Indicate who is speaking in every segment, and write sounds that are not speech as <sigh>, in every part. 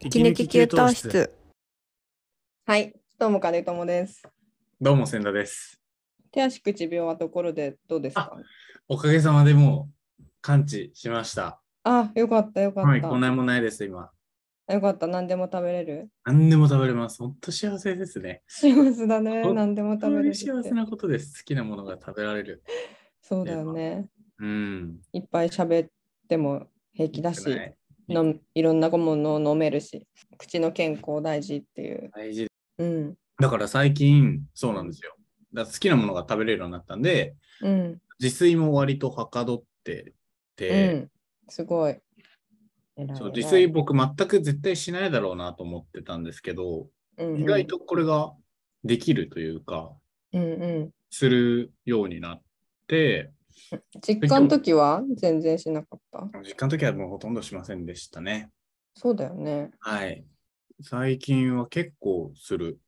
Speaker 1: 息抜き給湯室。
Speaker 2: はい、どうも金友です。
Speaker 3: どうも、千田です。
Speaker 2: 手足口病はところでどうですか
Speaker 3: おかげさまでもう完治しました。
Speaker 2: あよかったよかった。
Speaker 3: はい、こんなもないです、今。
Speaker 2: よかった、何でも食べれる。
Speaker 3: 何でも食べれます。ほんと幸せですね。
Speaker 2: 幸せだね、
Speaker 3: ほん
Speaker 2: 何でも食べれるっ
Speaker 3: 幸
Speaker 2: て。
Speaker 3: せなことです。好きなものが食べられる。
Speaker 2: そうだよね。
Speaker 3: うん。
Speaker 2: いっぱい喋っても平気だし、
Speaker 3: はい
Speaker 2: 飲むいろんなものを飲めるし、口の健康大事っていう。
Speaker 3: 大事。
Speaker 2: うん。
Speaker 3: だから最近、そうなんですよ。だから好きなものが食べれるようになったんで、
Speaker 2: うん。
Speaker 3: 自炊も割とはかどって
Speaker 2: う
Speaker 3: て、
Speaker 2: ん。すごい。偉い
Speaker 3: そう
Speaker 2: 偉い
Speaker 3: 自炊、僕全く絶対しないだろうなと思ってたんですけど、
Speaker 2: うんうん
Speaker 3: 意外。とこれができるというか、
Speaker 2: うんうん。
Speaker 3: するようになって、
Speaker 2: 実家の時は全然しなかった。
Speaker 3: 実家の時はもうほとんどしませんでしたね。
Speaker 2: そうだよね。
Speaker 3: はい。最近は結構する。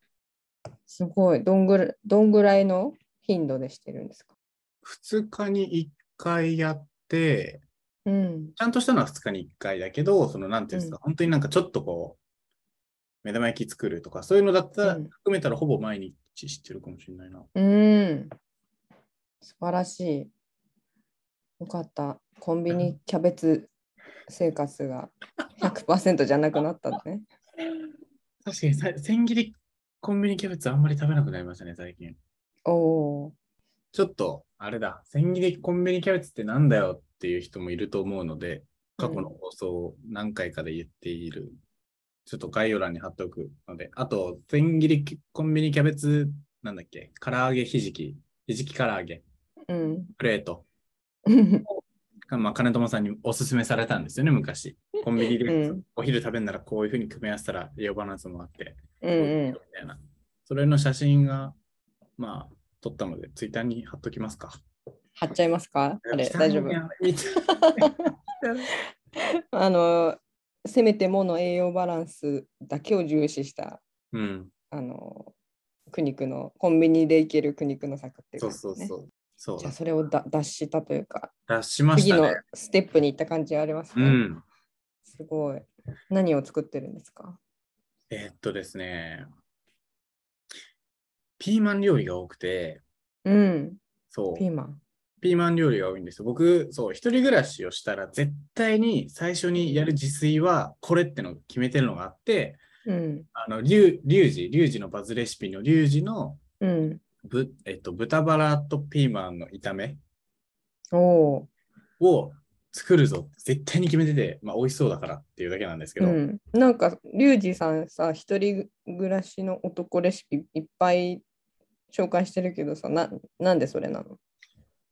Speaker 2: すごい。どんぐらどんぐらいの頻度でしてるんですか
Speaker 3: 2日に1回やって、
Speaker 2: うん。
Speaker 3: ちゃんとしたのは2日に1回だけど、そのなんていうんですか、本当になんかちょっとこう、目玉焼き作るとか、そういうのだったら、
Speaker 2: うん
Speaker 3: 含めたらほぼ毎日してるかもしれないな。
Speaker 2: うん。素晴らしい。よかった。コンビニキャベツ生活が100%じゃなくなったのね。 <laughs>
Speaker 3: 確かにさ千切りコンビニキャベツあんまり食べなくなりましたね、最近。
Speaker 2: おお
Speaker 3: ちょっと、あれだ、千切りコンビニキャベツってなんだよっていう人もいると思うので、過去の放送を何回かで言っている、ちょっと概要欄に貼っておくので、あと、千切りコンビニキャベツ、なんだっけ、唐揚げひじき、ひじき唐揚げ、
Speaker 2: ー。うん。
Speaker 3: プレート、まあ、金友さんにおすすめされたんですよね、昔。コンビニ
Speaker 2: う
Speaker 3: で
Speaker 2: ん
Speaker 3: お昼食べるならこういうふうに組み合わせたら栄養バランスもあって、
Speaker 2: うん
Speaker 3: みたいな。それの写真が、まあ、撮ったので、ツイッターに貼っときますか。
Speaker 2: 貼っちゃいますかあれ、大丈夫。あの、せめてもの栄養バランスだけを重視した、
Speaker 3: うん、
Speaker 2: あの、苦肉の、コンビニで行ける苦肉の策っていう
Speaker 3: そ
Speaker 2: か、
Speaker 3: う
Speaker 2: ね。
Speaker 3: そうそう。そう
Speaker 2: じゃあ、それをだ脱したというか、
Speaker 3: 出しまし
Speaker 2: 次
Speaker 3: た
Speaker 2: の
Speaker 3: ね。
Speaker 2: ステップに行った感じあります
Speaker 3: う
Speaker 2: ね。
Speaker 3: ん。
Speaker 2: すごい。何を作ってるんですか
Speaker 3: えーっとですね。ピーマン料理が多くて、
Speaker 2: うん。
Speaker 3: そう。
Speaker 2: ピーマン。
Speaker 3: ピーマン料理が多いんですよ。僕、そう、一人暮らしをしたら、絶対に最初にやる自炊は、これってのを決めてるのがあって、
Speaker 2: うん。
Speaker 3: あの、リュウリュウジ、リュウジのバズレシピのリュウジの、
Speaker 2: うん。
Speaker 3: ぶえっと、豚バラとピーマンの炒め
Speaker 2: おお。
Speaker 3: を作るぞって絶対に決めてて、まあ、美味しそうだからっていうだけなんですけ
Speaker 2: う
Speaker 3: ど、
Speaker 2: ん。なんか、リュウジさんさ、一人暮らしの男レシピいっぱい紹介してるけどさ、ななんでそれなの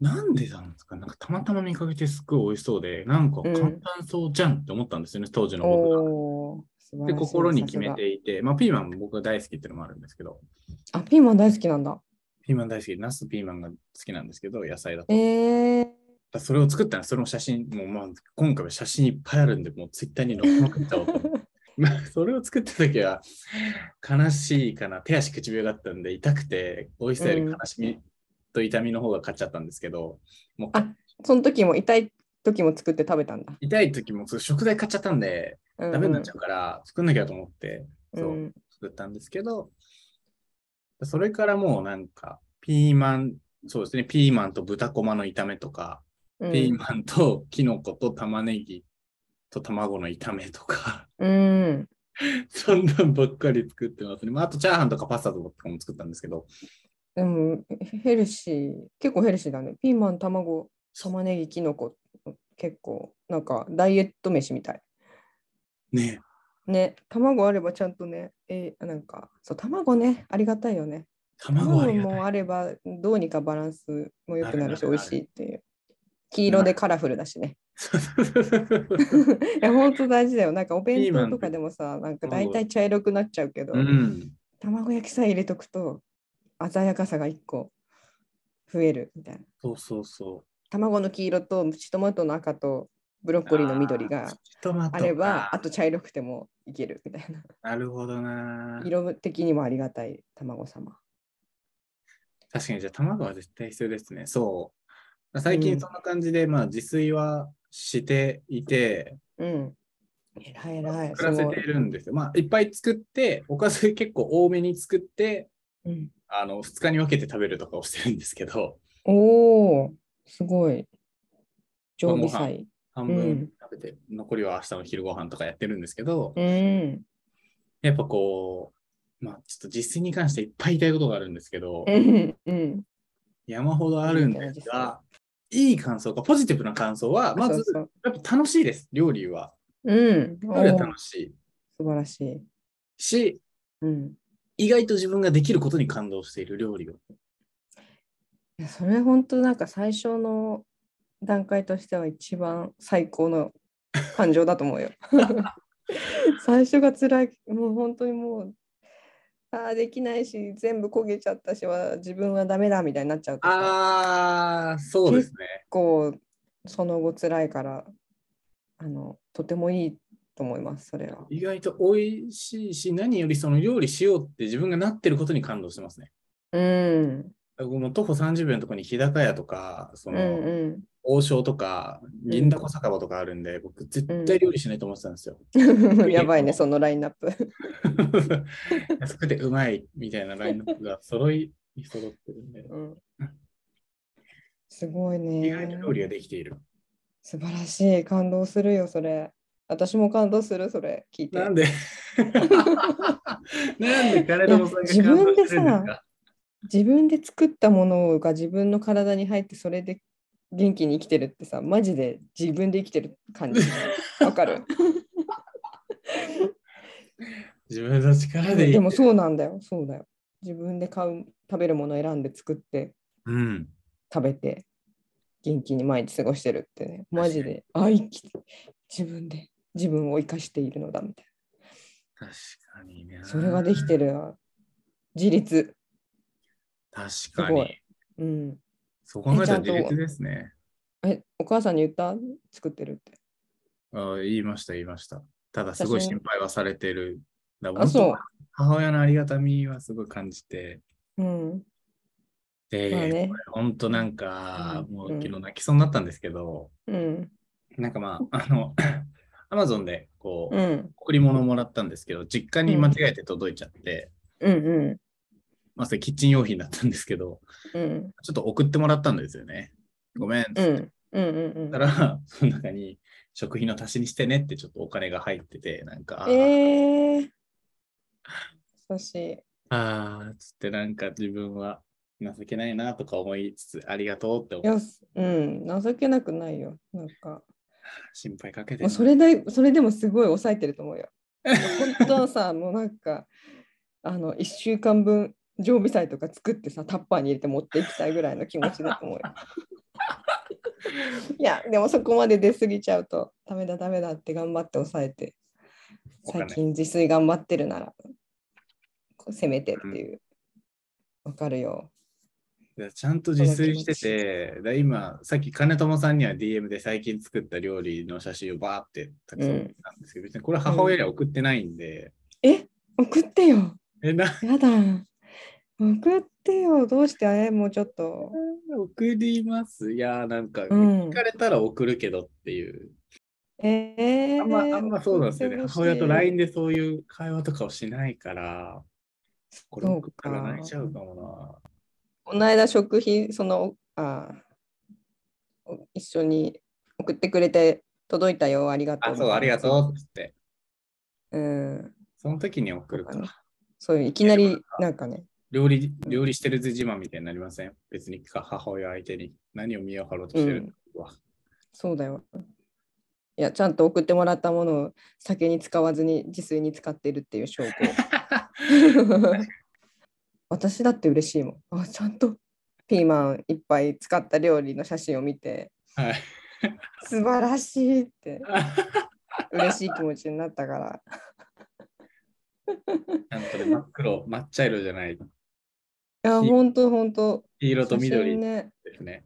Speaker 3: なんでなんですかなんかたまたま見かけてすっごい美味しそうで、なんか簡単そうじゃんって思ったんですよね、当時の僕が。
Speaker 2: おお。素晴らし
Speaker 3: で、
Speaker 2: い
Speaker 3: 心に決め。
Speaker 2: さ
Speaker 3: ていて、まあ、ピーマンも僕が大好きっていうのもあるんですけど、
Speaker 2: すがあ、ピーマン大好きなんだ。
Speaker 3: ピーマン大好き、ナスピーマンが好きなんですけど、野菜だと。
Speaker 2: えー、 <laughs>
Speaker 3: だそれを作ったら、その写真、もうまあ、今回は写真いっぱいあるんで、もうツイッターに載っけまくっちゃおうと思って <laughs> まあそれを作った時は、悲しいかな、手足口病だったんで、痛くて、美味しさより悲しみと痛みの方が勝っちゃったんですけど、もう
Speaker 2: あその時も痛い時も作って食べたんだ。
Speaker 3: 痛い時もそう食材買っちゃったんで、
Speaker 2: うんうん
Speaker 3: ダメになっちゃうから、作んなきゃと思って、そうう、
Speaker 2: ん。
Speaker 3: 作ったんですけど、それからもうなんか、ピーマン、そうですね、ピーマンと豚こまの炒めとか、
Speaker 2: う
Speaker 3: ピー
Speaker 2: ん。
Speaker 3: マンとキノコと玉ねぎと卵の炒めとか、 <laughs>
Speaker 2: うん、
Speaker 3: そんなんばっかり作ってますね。まあ、あとチャーハンとかパスタとかも作ったんですけど、
Speaker 2: でも、ヘルシー、結構ヘルシーだね。ピーマン、卵、玉ねぎ、きのこ、結構、なんかダイエット飯みたい。
Speaker 3: ね、
Speaker 2: ね、卵あればちゃんとね、えーなんか、そう、卵ね、ありがたいよね。
Speaker 3: 卵あ
Speaker 2: 卵
Speaker 3: りがたい。
Speaker 2: もあれば、どうにかバランスも良くなるし、
Speaker 3: な
Speaker 2: 美
Speaker 3: るなるなる
Speaker 2: 味しいっていう。黄色でカラフルだしね。
Speaker 3: <laughs> う
Speaker 2: いや、ほんと大事だよ。なんかお弁
Speaker 3: ピーマン
Speaker 2: 当
Speaker 3: っ
Speaker 2: と
Speaker 3: て
Speaker 2: かでもさ、なんか
Speaker 3: 卵
Speaker 2: 大体茶色くなっちゃうけど、
Speaker 3: ん。
Speaker 2: 卵焼きさえ入れとくと、鮮やかさが一個増えるみたいな。
Speaker 3: そうそうそう。
Speaker 2: 卵の黄色とプチトマトの赤とブロッコリーの緑が
Speaker 3: トマトか
Speaker 2: あればあと茶色くてもいけるみたいな
Speaker 3: なるほどな。
Speaker 2: 色的にもありがたい卵様
Speaker 3: 確かに、じゃあ卵は絶対必要ですね。そう。最
Speaker 2: うん
Speaker 3: 近そんな感じで、まあ自炊はしていて、
Speaker 2: うんえらいえらい。
Speaker 3: 作らせているんですよ。まあ、いっぱい作って、おかず結構多めに作って、
Speaker 2: すごいうん、
Speaker 3: あの、2日に分けて食べるとかをしてるんですけど、
Speaker 2: おお、すごい。常備菜。
Speaker 3: 半
Speaker 2: う
Speaker 3: 分
Speaker 2: ん
Speaker 3: 食べて、残りは明日の昼ご飯とかやってるんですけど、
Speaker 2: うん。
Speaker 3: やっぱこう、まあ、ちょっと実践に関していっぱい言いたいことがあるんですけど、
Speaker 2: うん。うん。
Speaker 3: 山ほどあるんですが、いい感想か、ポジティブな感想は、ま
Speaker 2: そ
Speaker 3: ず
Speaker 2: う、そう
Speaker 3: やっぱ楽しいです、料理は。
Speaker 2: うん。お
Speaker 3: 料理は
Speaker 2: ー
Speaker 3: 楽しい
Speaker 2: 素晴らしい。
Speaker 3: し、
Speaker 2: うん。
Speaker 3: 意外と自分ができることに感動している料理を。
Speaker 2: いやそれ本当なんか最初の段階としては一番最高の感情だと
Speaker 3: <laughs>
Speaker 2: 思うよ。最初が辛いもう本当にもうあーできないし全部焦げちゃったしは自分はダメだみたいになっちゃうとさ
Speaker 3: あー、そうですね。
Speaker 2: 結構その後辛いからあのとてもいいと思いますそれは。
Speaker 3: 意外と美味しいし、何よりその料理しようって自分がなってることに感動してますね。
Speaker 2: うん
Speaker 3: だからこの徒歩30秒のところに日高屋とか、そ
Speaker 2: うん
Speaker 3: の
Speaker 2: う
Speaker 3: 王将とか、
Speaker 2: ん
Speaker 3: 銀だこ酒場とかあるんで、僕絶対料理しないと思ってたんですよ。
Speaker 2: ん <laughs> やばいねそのラインナップ。
Speaker 3: <laughs> 安くてうまいみたいなラインナップが揃い、揃ってるんで、
Speaker 2: うん、すごいね。
Speaker 3: 意外と料理ができている。
Speaker 2: 素晴らしい感動するよそれ私も感動するそれ聞いて
Speaker 3: なんで <laughs> なんで彼ともそれ
Speaker 2: いや
Speaker 3: が
Speaker 2: 自
Speaker 3: 感動してるんです
Speaker 2: 分で
Speaker 3: か
Speaker 2: 自分で作ったものが自分の体に入ってそれで元気に生きてるってさマジで自分で生きてる感
Speaker 3: <laughs>
Speaker 2: じわかる
Speaker 3: 自分の力でいい。
Speaker 2: でもそうなんだよそうだよ自分で買う食べるものを選んで作って
Speaker 3: うん。
Speaker 2: 食べて元気に毎日過ごしてるってねマジであ生きて自分で自分を生かしているのだみたい
Speaker 3: 確かにね。
Speaker 2: なそれができてるわ自立
Speaker 3: 確
Speaker 2: す
Speaker 3: か
Speaker 2: ご
Speaker 3: に
Speaker 2: い。うん
Speaker 3: そこまで
Speaker 2: えちゃんと
Speaker 3: 自立ですね。
Speaker 2: え、お母さんに言った作ってるって。
Speaker 3: あ言いました、言いました。ただ、
Speaker 2: 私
Speaker 3: す
Speaker 2: も
Speaker 3: ごい心配はされてる。だから
Speaker 2: あ、そう
Speaker 3: 本。当母親のありがたみはすごい感じて。
Speaker 2: うん。
Speaker 3: で、
Speaker 2: まあね
Speaker 3: これ本当なんか、
Speaker 2: うん
Speaker 3: もう
Speaker 2: うん
Speaker 3: 昨日泣きそうになったんですけど、
Speaker 2: うん。
Speaker 3: なんかまあ、あの、 <coughs> アマゾンでこう、
Speaker 2: うん。
Speaker 3: 贈り物をもらったんですけど、実家に間違えて届いちゃって、
Speaker 2: うん。うん
Speaker 3: まあ、それキッチン用品だったんですけど、。
Speaker 2: うん。
Speaker 3: ちょっと送ってもらったんですよね。ごめん。
Speaker 2: う
Speaker 3: だ
Speaker 2: ん。うん。
Speaker 3: たら、 <laughs> その中に食費の足しにしてねってちょっとお金が入ってて、なんか、あー
Speaker 2: ええー。優しい。
Speaker 3: あー、つってなんか自分は情けないなとか思いつつ、ありがとうって思う
Speaker 2: よし。うん。情けなくないよ。なんか。
Speaker 3: 心配かけて
Speaker 2: も
Speaker 3: る
Speaker 2: うそれで、それでもすごい抑えてると思うよ。本当はさ、もうなんか、 <laughs> あの、1週間分、常備菜とか作ってさ、タッパーに入れて持っていきたいぐらいの気持ちだと思うよ。いや、でもそこまで出過ぎちゃうと、ダメだダメだって頑張って抑えて、
Speaker 3: わかんな
Speaker 2: 最
Speaker 3: い
Speaker 2: 近自炊頑張ってるなら、こうせめてっていう。わ、かるよ。
Speaker 3: いやちゃんと自炊してて、だ今、さっき金友さんには DM で最近作った料理の写真をバーってたくさん送ったんですけど、別にこれ母親には送ってないんで、
Speaker 2: 送ってよ。
Speaker 3: え、な、
Speaker 2: やだ。送ってよ。どうしてあれもうちょっと。
Speaker 3: 送りますいやー、なんか、
Speaker 2: うん
Speaker 3: 聞かれたら送るけどっていう。
Speaker 2: えー、
Speaker 3: あんま、あんまそうなんですよね。
Speaker 2: 送ってほしい
Speaker 3: 母親と LINE でそういう会話とかをしないから、これ送ったら泣いちゃうかも
Speaker 2: この間食費そのあお一緒に送ってくれて届いたよありがと
Speaker 3: な。
Speaker 2: う
Speaker 3: あ、そう、ありがとうって言って、
Speaker 2: う、うん、
Speaker 3: その時に送るか
Speaker 2: そう
Speaker 3: ら。
Speaker 2: そういういきなりなんかね
Speaker 3: 料理、料理してる自慢みたいになりません別にか母親相手に何を見を張ろうとしてるんだわ <laughs>
Speaker 2: そうだよいやちゃんと送ってもらったものを酒に使わずに自炊に使ってるっていう
Speaker 3: <laughs>
Speaker 2: 証拠私だって嬉しいもんあちゃんとピーマンいっぱい使った料理の写真を見て
Speaker 3: はい。
Speaker 2: 素晴らしいって嬉しい気持ちになった
Speaker 3: <laughs>
Speaker 2: から
Speaker 3: なんとね、真っ黒、抹茶色じゃない。
Speaker 2: いや
Speaker 3: いい
Speaker 2: 本当本当
Speaker 3: 黄色と
Speaker 2: 写
Speaker 3: 緑
Speaker 2: 真
Speaker 3: で
Speaker 2: ね
Speaker 3: すね。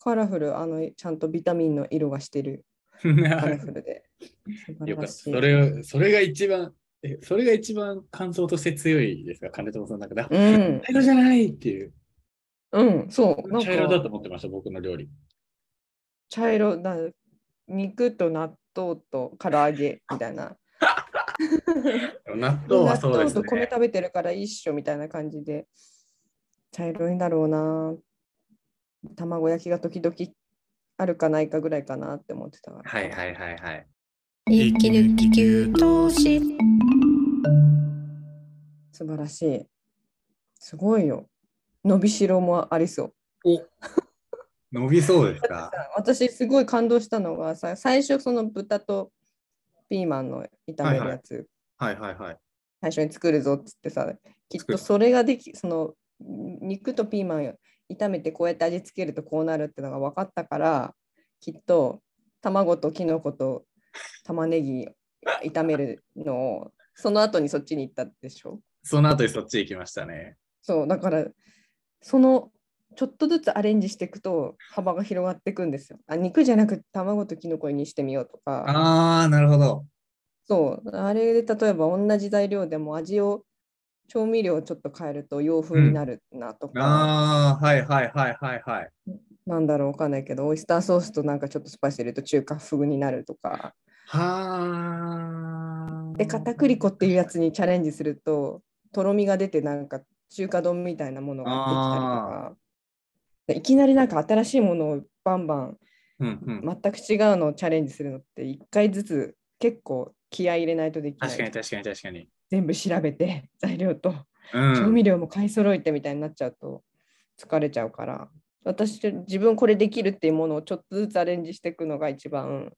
Speaker 2: カラフル、あの、ちゃんとビタミンの色がして
Speaker 3: <laughs>
Speaker 2: る。カラフルで。素晴
Speaker 3: よからった。
Speaker 2: しい
Speaker 3: それを、それが一番、えそれが一番感想として強いですか金友さんの中で。あ
Speaker 2: うん
Speaker 3: 茶、色じゃないっていう。
Speaker 2: うん、そう。なんか
Speaker 3: 茶色だと思ってました、僕の料理。
Speaker 2: 茶色だ。肉と納豆と唐揚げみたいな。
Speaker 3: でも納豆は
Speaker 2: 納
Speaker 3: そうで
Speaker 2: 豆
Speaker 3: す
Speaker 2: と米
Speaker 3: ね。
Speaker 2: 食べてるから一緒みたいな感じで茶色いんだろうな卵焼きが時々あるかないかぐらいかなって思ってたから
Speaker 3: はいはいはいはい。
Speaker 1: リキリキ給湯室
Speaker 2: 素晴らしいすごいよ伸びしろもありそう
Speaker 3: 伸びそうですか
Speaker 2: 私すごい感動したのがさ最初その豚とピーマンの炒めるやつ、
Speaker 3: はいはいはい。
Speaker 2: 最初に作るぞっつってさきっ
Speaker 3: 作る
Speaker 2: とそれができその肉とピーマン炒めてこうやって味付けるとこうなるってのが分かったからきっと卵とキノコと玉ねぎ炒めるのをその後にそっちに行ったでしょ
Speaker 3: その後にそっち行きましたね。
Speaker 2: そうだからそのちょっとずつアレンジしていくと幅が広がっていくんですよあ肉じゃなくて卵とキノコにしてみようとか
Speaker 3: あー、なるほど。
Speaker 2: そう、あれで例えば同じ材料でも味を、調味料をちょっと変えると洋風になるなとか、
Speaker 3: あー、はいはいはいはいはい。
Speaker 2: なんだろうわかんないけど、オイスターソースとなんかちょっとスパイス入れると中華風になるとか、
Speaker 3: はー。
Speaker 2: で、片栗粉っていうやつにチャレンジすると、とろみが出てなんか中華丼みたいなものができたりとか、でいきなりなんか新しいものをバンバン
Speaker 3: うんうん。
Speaker 2: 全く違うのをチャレンジするのって、1回ずつ結構気合い入れないとできない。
Speaker 3: 確かに確かに確かに。
Speaker 2: 全部調べて、 <laughs> 材料と。
Speaker 3: うん。
Speaker 2: 調味料も買い揃えてみたいになっちゃうと疲れちゃうから私自分これできるっていうものをちょっとずつアレンジしていくのが一番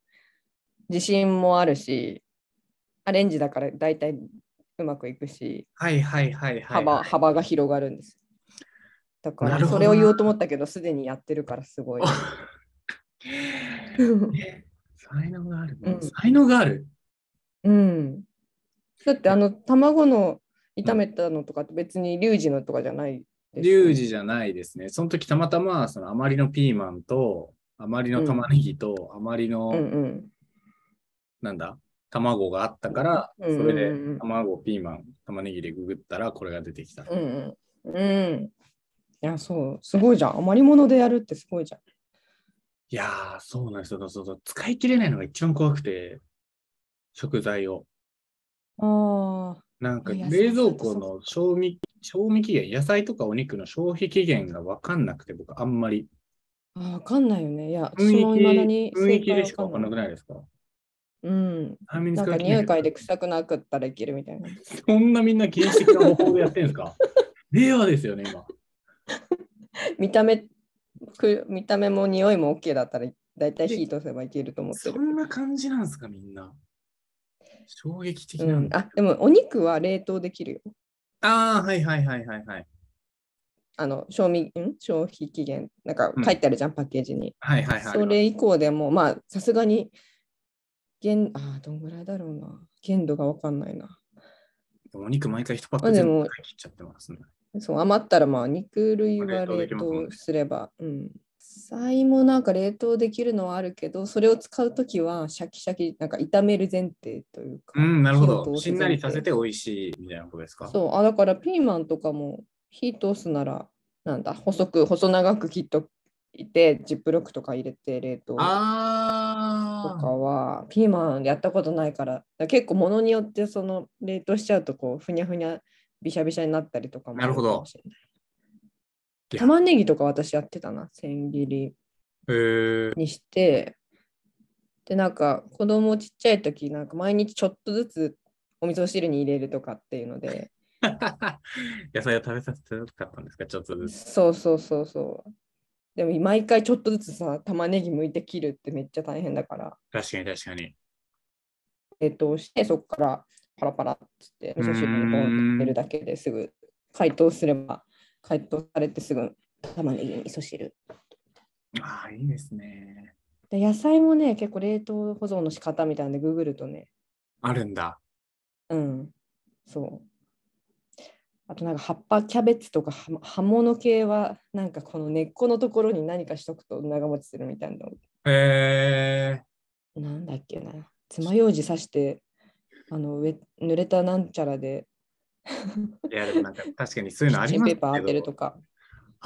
Speaker 2: 自信もあるしアレンジだから大体うまくいくし
Speaker 3: はいはいはいはい。
Speaker 2: 幅,、幅が広がるんですだか
Speaker 3: なる
Speaker 2: ら
Speaker 3: ほ
Speaker 2: そ
Speaker 3: ど
Speaker 2: れを言おうと思ったけどすでにやってるからす
Speaker 3: <laughs>
Speaker 2: ごい <laughs>
Speaker 3: ね才能がある、
Speaker 2: うん
Speaker 3: 才能がある。
Speaker 2: うんだってあの卵の炒めたのとかって別にリュウジのとかじゃないです
Speaker 3: リュウジじゃないですね。その時たまたま、そのあまりのピーマンと、あまりの玉ねぎと、あまりの、
Speaker 2: うんうん
Speaker 3: なんだ、卵があったから、
Speaker 2: うんうんうん
Speaker 3: それで卵、ピーマン、玉ねぎでググったら、これが出てきた。
Speaker 2: うんうん。うん。いや、そう、すごいじゃん。余り物でやるってすごいじゃん。
Speaker 3: いやー、そうなんですよ。そうそう使い切れないのが一番怖くて、食材を。
Speaker 2: ああ。
Speaker 3: なんか
Speaker 2: いや
Speaker 3: 冷蔵
Speaker 2: そう
Speaker 3: 庫
Speaker 2: そうそう
Speaker 3: の賞味賞味期限、野菜とかお肉の消費期限が分かんなくて、僕、あんまり。
Speaker 2: あわかんないよね。いや、
Speaker 3: 雰
Speaker 2: 私も未だに
Speaker 3: 囲気雰囲気でしか
Speaker 2: わ
Speaker 3: 分かんなく
Speaker 2: い。
Speaker 3: ないですか
Speaker 2: うん。
Speaker 3: タイミン
Speaker 2: な
Speaker 3: グ
Speaker 2: ん
Speaker 3: 使
Speaker 2: か
Speaker 3: い切
Speaker 2: 匂
Speaker 3: れ
Speaker 2: い
Speaker 3: な
Speaker 2: 嗅い
Speaker 3: い
Speaker 2: で臭くなかったらいけるみたいな。
Speaker 3: そんなみんな原始的な方法でやってるん
Speaker 2: <laughs>
Speaker 3: ですか令和ですよね、今。
Speaker 2: 見た目、く見た目も匂いも OK だったら、だいたい火通せばいけると思って
Speaker 3: そ
Speaker 2: る。
Speaker 3: んな感じなんですか、みんな。衝撃的
Speaker 2: う
Speaker 3: なん
Speaker 2: ん、
Speaker 3: だ。
Speaker 2: あでもお肉は冷凍できるよ。
Speaker 3: ああ、はいはいはいはいはい。
Speaker 2: あの賞味ん消費期限、なんか
Speaker 3: うん
Speaker 2: 書いてあるじゃん、パッケージに。
Speaker 3: はいはいはい。
Speaker 2: それ以降でも、まあ、さすがに、限あーどんぐらいだろうな。限度がわかんないな。
Speaker 3: お肉毎回一パッ
Speaker 2: あ
Speaker 3: ク
Speaker 2: で
Speaker 3: 全
Speaker 2: も
Speaker 3: 部買い切っちゃってますね。
Speaker 2: そう余ったら、まあ、肉類は
Speaker 3: 冷凍
Speaker 2: 冷
Speaker 3: できますもんね
Speaker 2: 凍すれば。うん。野菜もなんか冷凍できるのはあるけど、それを使うときはシャキシャキ、なんか炒める前提というか。
Speaker 3: うん、なるほ
Speaker 2: 火を
Speaker 3: ど。
Speaker 2: 通す
Speaker 3: しん
Speaker 2: 前提
Speaker 3: なりさせて美味しいみたいなことですか
Speaker 2: そう、あだからピーマンとかも火通すなら、なんだ、細く、細長く切っといて、ジップロックとか入れて冷凍。と
Speaker 3: あ
Speaker 2: か
Speaker 3: あ。
Speaker 2: はピーマンやったことないからだから結構ものによってその冷凍しちゃうとこうふにゃふにゃびしゃびしゃになったりとかも
Speaker 3: なるほど
Speaker 2: あかもしれない
Speaker 3: いや
Speaker 2: 玉ねぎとか私やってたな千切り
Speaker 3: へえ。
Speaker 2: にしてでなんか子供ちっちゃい時なんか毎日ちょっとずつお味噌汁に入れるとかっていうので
Speaker 3: <laughs> 野菜を食べさせてよかったんですかちょっとずつ。
Speaker 2: そうそうそうそうでも毎回ちょっとずつさ玉ねぎ剥いて切るってめっちゃ大変だから
Speaker 3: 確かに確かに。
Speaker 2: 冷凍して、そこからパラパラっつって、味噌汁にボンって入れるだけですぐ解凍すれば、解凍されてすぐ玉ねぎに味噌汁。
Speaker 3: ああ、いいですね。
Speaker 2: で野菜もね、結構冷凍保存の仕方みたいなんで、ググるとね、
Speaker 3: あるんだ。
Speaker 2: うん、そう。あとなんか葉っぱ、キャベツとかは葉物系は、なんかこの根っこのところに何かしとくと長持ちするみたいなの
Speaker 3: へえ。
Speaker 2: なんだっけな、爪楊枝刺して、あの上濡れたなんちゃらで、
Speaker 3: いや、でも
Speaker 2: <laughs>
Speaker 3: なんか確かにそう
Speaker 2: キ
Speaker 3: いうのあ
Speaker 2: ッチ
Speaker 3: り
Speaker 2: ン
Speaker 3: ます
Speaker 2: ペー
Speaker 3: け
Speaker 2: パー当てる
Speaker 3: ど
Speaker 2: と。か。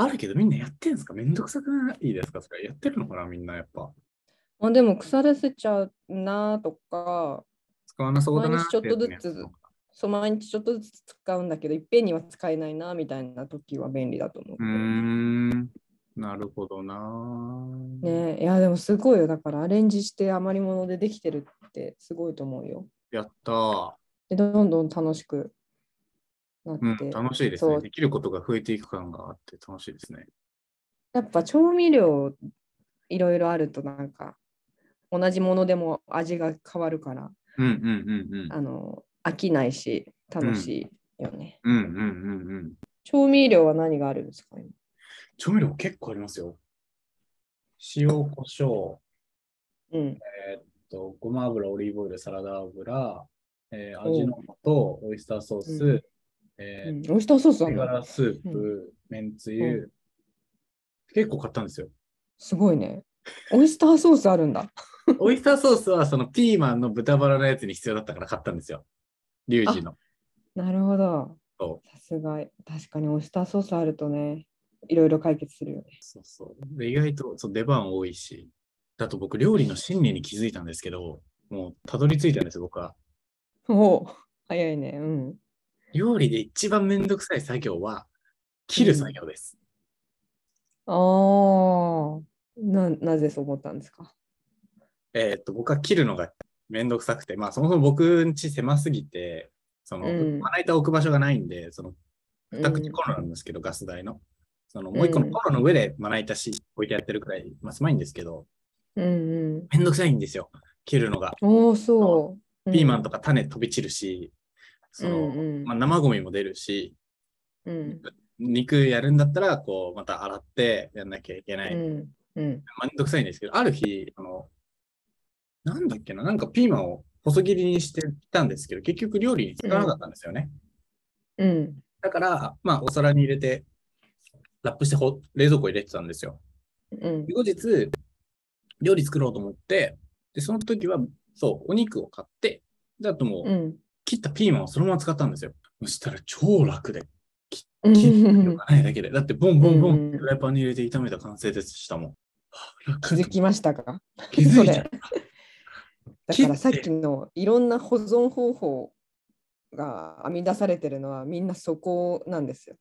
Speaker 3: あるけどみんなやってんすかめんどくさくないですかそれやってるのかなみんなやっぱ。
Speaker 2: あでも腐らせちゃうなとか、
Speaker 3: 使わなそうだなてやに
Speaker 2: 毎日ちょっとずつそう毎日ちょっとずつ使うんだけど、いっぺんには使えないなみたいな時は便利だと思
Speaker 3: うー
Speaker 2: う。
Speaker 3: ん。なるほどな。
Speaker 2: ねえいやでもすごいよ。だからアレンジして余り物でできてるってすごいと思うよ。
Speaker 3: やったー。
Speaker 2: で、どんどん楽しくなっ
Speaker 3: うん、
Speaker 2: て。
Speaker 3: 楽しいですね。
Speaker 2: そう
Speaker 3: できることが増えていく感があって楽しいですね。
Speaker 2: やっぱ調味料いろいろあるとなんか同じものでも味が変わるから
Speaker 3: うんうんうんうん。
Speaker 2: あの飽きないし楽しいよね、
Speaker 3: うんうんうんうん。
Speaker 2: 調味料は何があるんですか今
Speaker 3: 調味料結構ありますよ。塩、胡椒、
Speaker 2: うん
Speaker 3: えっとごま油、オリーブオイル、サラダ油、えー
Speaker 2: おう
Speaker 3: 味の素、オイスターソース、
Speaker 2: うん
Speaker 3: え
Speaker 2: う
Speaker 3: ー
Speaker 2: ん、オイスターソースな
Speaker 3: 鶏
Speaker 2: ん
Speaker 3: ガ
Speaker 2: だ
Speaker 3: ラスープ、めんつゆ、結構買ったんですよ。
Speaker 2: すごいねオイスターソースあるん
Speaker 3: <laughs>
Speaker 2: だ
Speaker 3: オイスターソースはそのピーマンの豚バラのやつに必要だったから買ったんですよ。リュウジの。
Speaker 2: なるほど
Speaker 3: そ
Speaker 2: さすが確かにオイスターソースあるとねいろいろ解決するよね
Speaker 3: そうそうで意外とそう出番多いし、だと僕料理の真理に気づいたんですけど、もうたどり着いたんですよ、僕は。
Speaker 2: おう早いねうん
Speaker 3: 料理で一番めんどくさい作業は、切る作業です。
Speaker 2: ああななぜそう思ったんですか
Speaker 3: えーっと、僕は切るのがめんどくさくて、まあそもそも僕ん家狭すぎて、その、
Speaker 2: うん
Speaker 3: まな板置く場所がないんで、その、二口
Speaker 2: うん
Speaker 3: コンロなんですけど、ガス台の。その、もう一個のコンロの上でまな板し、置いてやってるくらい、まあ狭いんですけど、
Speaker 2: うんうん
Speaker 3: めんどくさいんですよ。切るのが。
Speaker 2: おお、そう。
Speaker 3: ピーマン
Speaker 2: と
Speaker 3: とか種飛び散るし、その、
Speaker 2: うんうん
Speaker 3: まあ、生ゴミも出るし、
Speaker 2: うん
Speaker 3: 肉やるんだったら、こう、また洗ってやんなきゃいけない。めん
Speaker 2: うんうん
Speaker 3: どくさいんですけど、ある日、あの、なんだっけな、なんかピーマンを細切りにしてたんですけど、結局料理に使わなかったんですよね。
Speaker 2: うん
Speaker 3: だから、まあ、お皿に入れて、ラップしてほ冷蔵庫入れてたんですよ。
Speaker 2: うん
Speaker 3: で後日、料理作ろうと思って、で、その時は、そう、お肉を買って、であともう、
Speaker 2: うん
Speaker 3: 切ったピーマンをそのまま使ったんですよ。そしたら超楽
Speaker 2: <laughs>
Speaker 3: で、
Speaker 2: うん
Speaker 3: 切るのがないだけで。だって、ボンボンボ
Speaker 2: う
Speaker 3: ン、
Speaker 2: んうん
Speaker 3: フライパンに入れて炒めた完成ですしたもん。はあ楽
Speaker 2: 気づきましたか
Speaker 3: 気づいち
Speaker 2: <laughs>
Speaker 3: ゃった。
Speaker 2: だ
Speaker 3: 切
Speaker 2: から
Speaker 3: って
Speaker 2: さっきのいろんな保存方法が編み出されてるのはみんなそこなんですよ。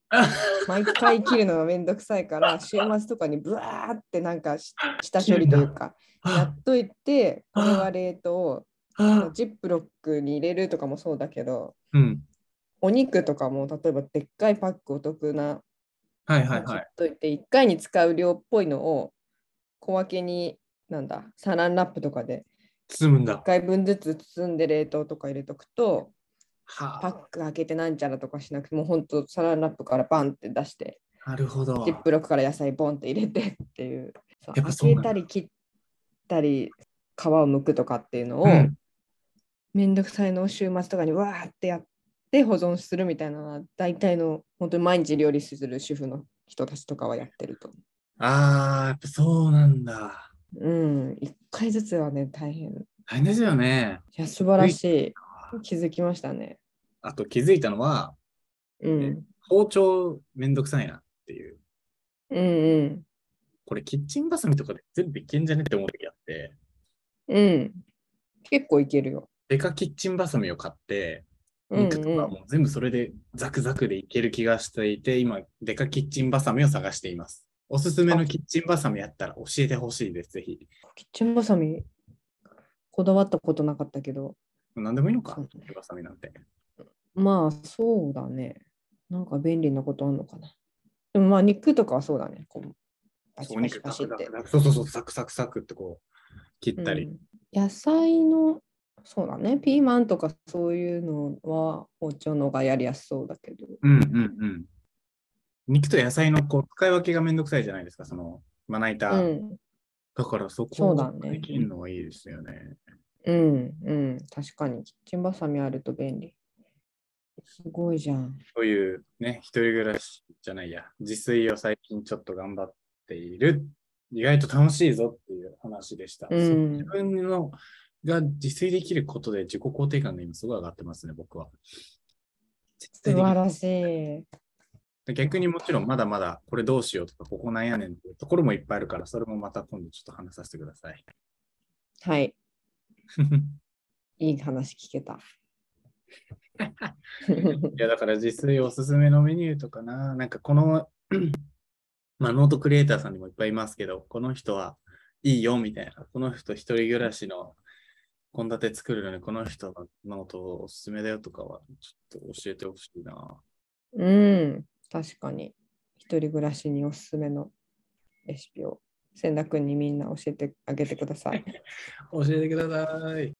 Speaker 2: 毎回切るのがめんどくさい
Speaker 3: <laughs>
Speaker 2: から週末とかにブワーってなんかし下処理というかや
Speaker 3: は
Speaker 2: っといてこれは冷凍
Speaker 3: あはあ
Speaker 2: ジップロックに入れるとかもそうだけど
Speaker 3: うん。
Speaker 2: お肉とかも例えばでっかいパックお得な
Speaker 3: はいはい
Speaker 2: 切
Speaker 3: は
Speaker 2: っ
Speaker 3: い。
Speaker 2: といて、1回に使う量っぽいのを小分けに、なんだ、サランラップとかで
Speaker 3: 包むんだ
Speaker 2: 1。回分ずつ包んで冷凍とか入れとくと、パッ
Speaker 3: は
Speaker 2: ク開けてなんちゃらとかしなくても、本当サランラップからバンって出して、
Speaker 3: あ。なるほど
Speaker 2: ジ。ップロックから野菜ボンって入れてっていう、そう
Speaker 3: やっぱ
Speaker 2: 開
Speaker 3: そう
Speaker 2: け
Speaker 3: なんだ
Speaker 2: たり切ったり、皮を剥くとかっていうのを、
Speaker 3: うん
Speaker 2: めんどくさいのを週末とかにわーってやって保存するみたいなのは大体の本当に毎日料理する主婦の人たちとかはやってると思う
Speaker 3: ああ、やっぱそうなんだ。
Speaker 2: うん、一回ずつはね、大変。い
Speaker 3: 大変ですよね。
Speaker 2: や、素晴らしい。気づきましたね。
Speaker 3: あと気づいたのは、
Speaker 2: うん。
Speaker 3: 包丁めんどくさいなっていう。
Speaker 2: うんうん。
Speaker 3: これキッチンバサミとかで全部いけんじゃねって思う時あって、
Speaker 2: うん。結構いけるよ。
Speaker 3: デカキッチンバサミを買って、
Speaker 2: うんうん
Speaker 3: 肉とかもう全部それでザクザクでいける気がしていて、今、デカキッチンバサミを探しています。おすすめのキッチンバサミあったら教えてほしいです、ぜひ。
Speaker 2: キッチンバサミ、こだわったことなかったけど、
Speaker 3: 何でもいいのか、
Speaker 2: そう
Speaker 3: キッチンバサミなんて。
Speaker 2: まあ、そうだね。なんか便利なことあんのかな。でもまあ、肉とかはそうだね。こう、パシ
Speaker 3: そうお
Speaker 2: パシ
Speaker 3: 肉
Speaker 2: パ
Speaker 3: ザ
Speaker 2: シっ
Speaker 3: クザ
Speaker 2: て
Speaker 3: ク。ザクそうそうそう、サクサクサクってこう、切ったり。
Speaker 2: うん野菜の、そうだね。ピーマンとかそういうのは、包丁の方がやりやすそうだけど。
Speaker 3: うんうんうん。肉と野菜のこう使い分けがめんどくさいじゃないですか、そのまな板。
Speaker 2: うん。
Speaker 3: だから
Speaker 2: そ
Speaker 3: そこ
Speaker 2: うだね
Speaker 3: できるのはいいですよね。
Speaker 2: うんうん、確かに。キッチンバサミあると便利。すごいじゃん。
Speaker 3: というね、一人暮らしじゃないや、自炊を最近ちょっと頑張っている。意外と楽しいぞっていう話でした。
Speaker 2: うん
Speaker 3: その自分のが自炊できることで自己肯定感が今すごい上がってますね、僕は。絶対
Speaker 2: 素
Speaker 3: でき
Speaker 2: 晴
Speaker 3: る
Speaker 2: らしい。
Speaker 3: 逆にもちろんまだまだこれどうしようとか、ここなんやねんっていうところもいっぱいあるから、それもまた今度ちょっと話させてください。
Speaker 2: はい。いい話聞けた。
Speaker 3: いや、だから実際おすすめのメニューとかな、なんかこの、 <clears throat> まあ、ノートクリエイターさんにもいっぱいいますけど、この人はいいよみたいな、この人一人暮らしの献立作るのにこの人のノートおすすめだよとかは、ちょっと教えてほしいな。
Speaker 2: うん、確かに。一人暮らしにおすすめのレシピを千田君にみんな教えてあげてください。
Speaker 3: 教えてください。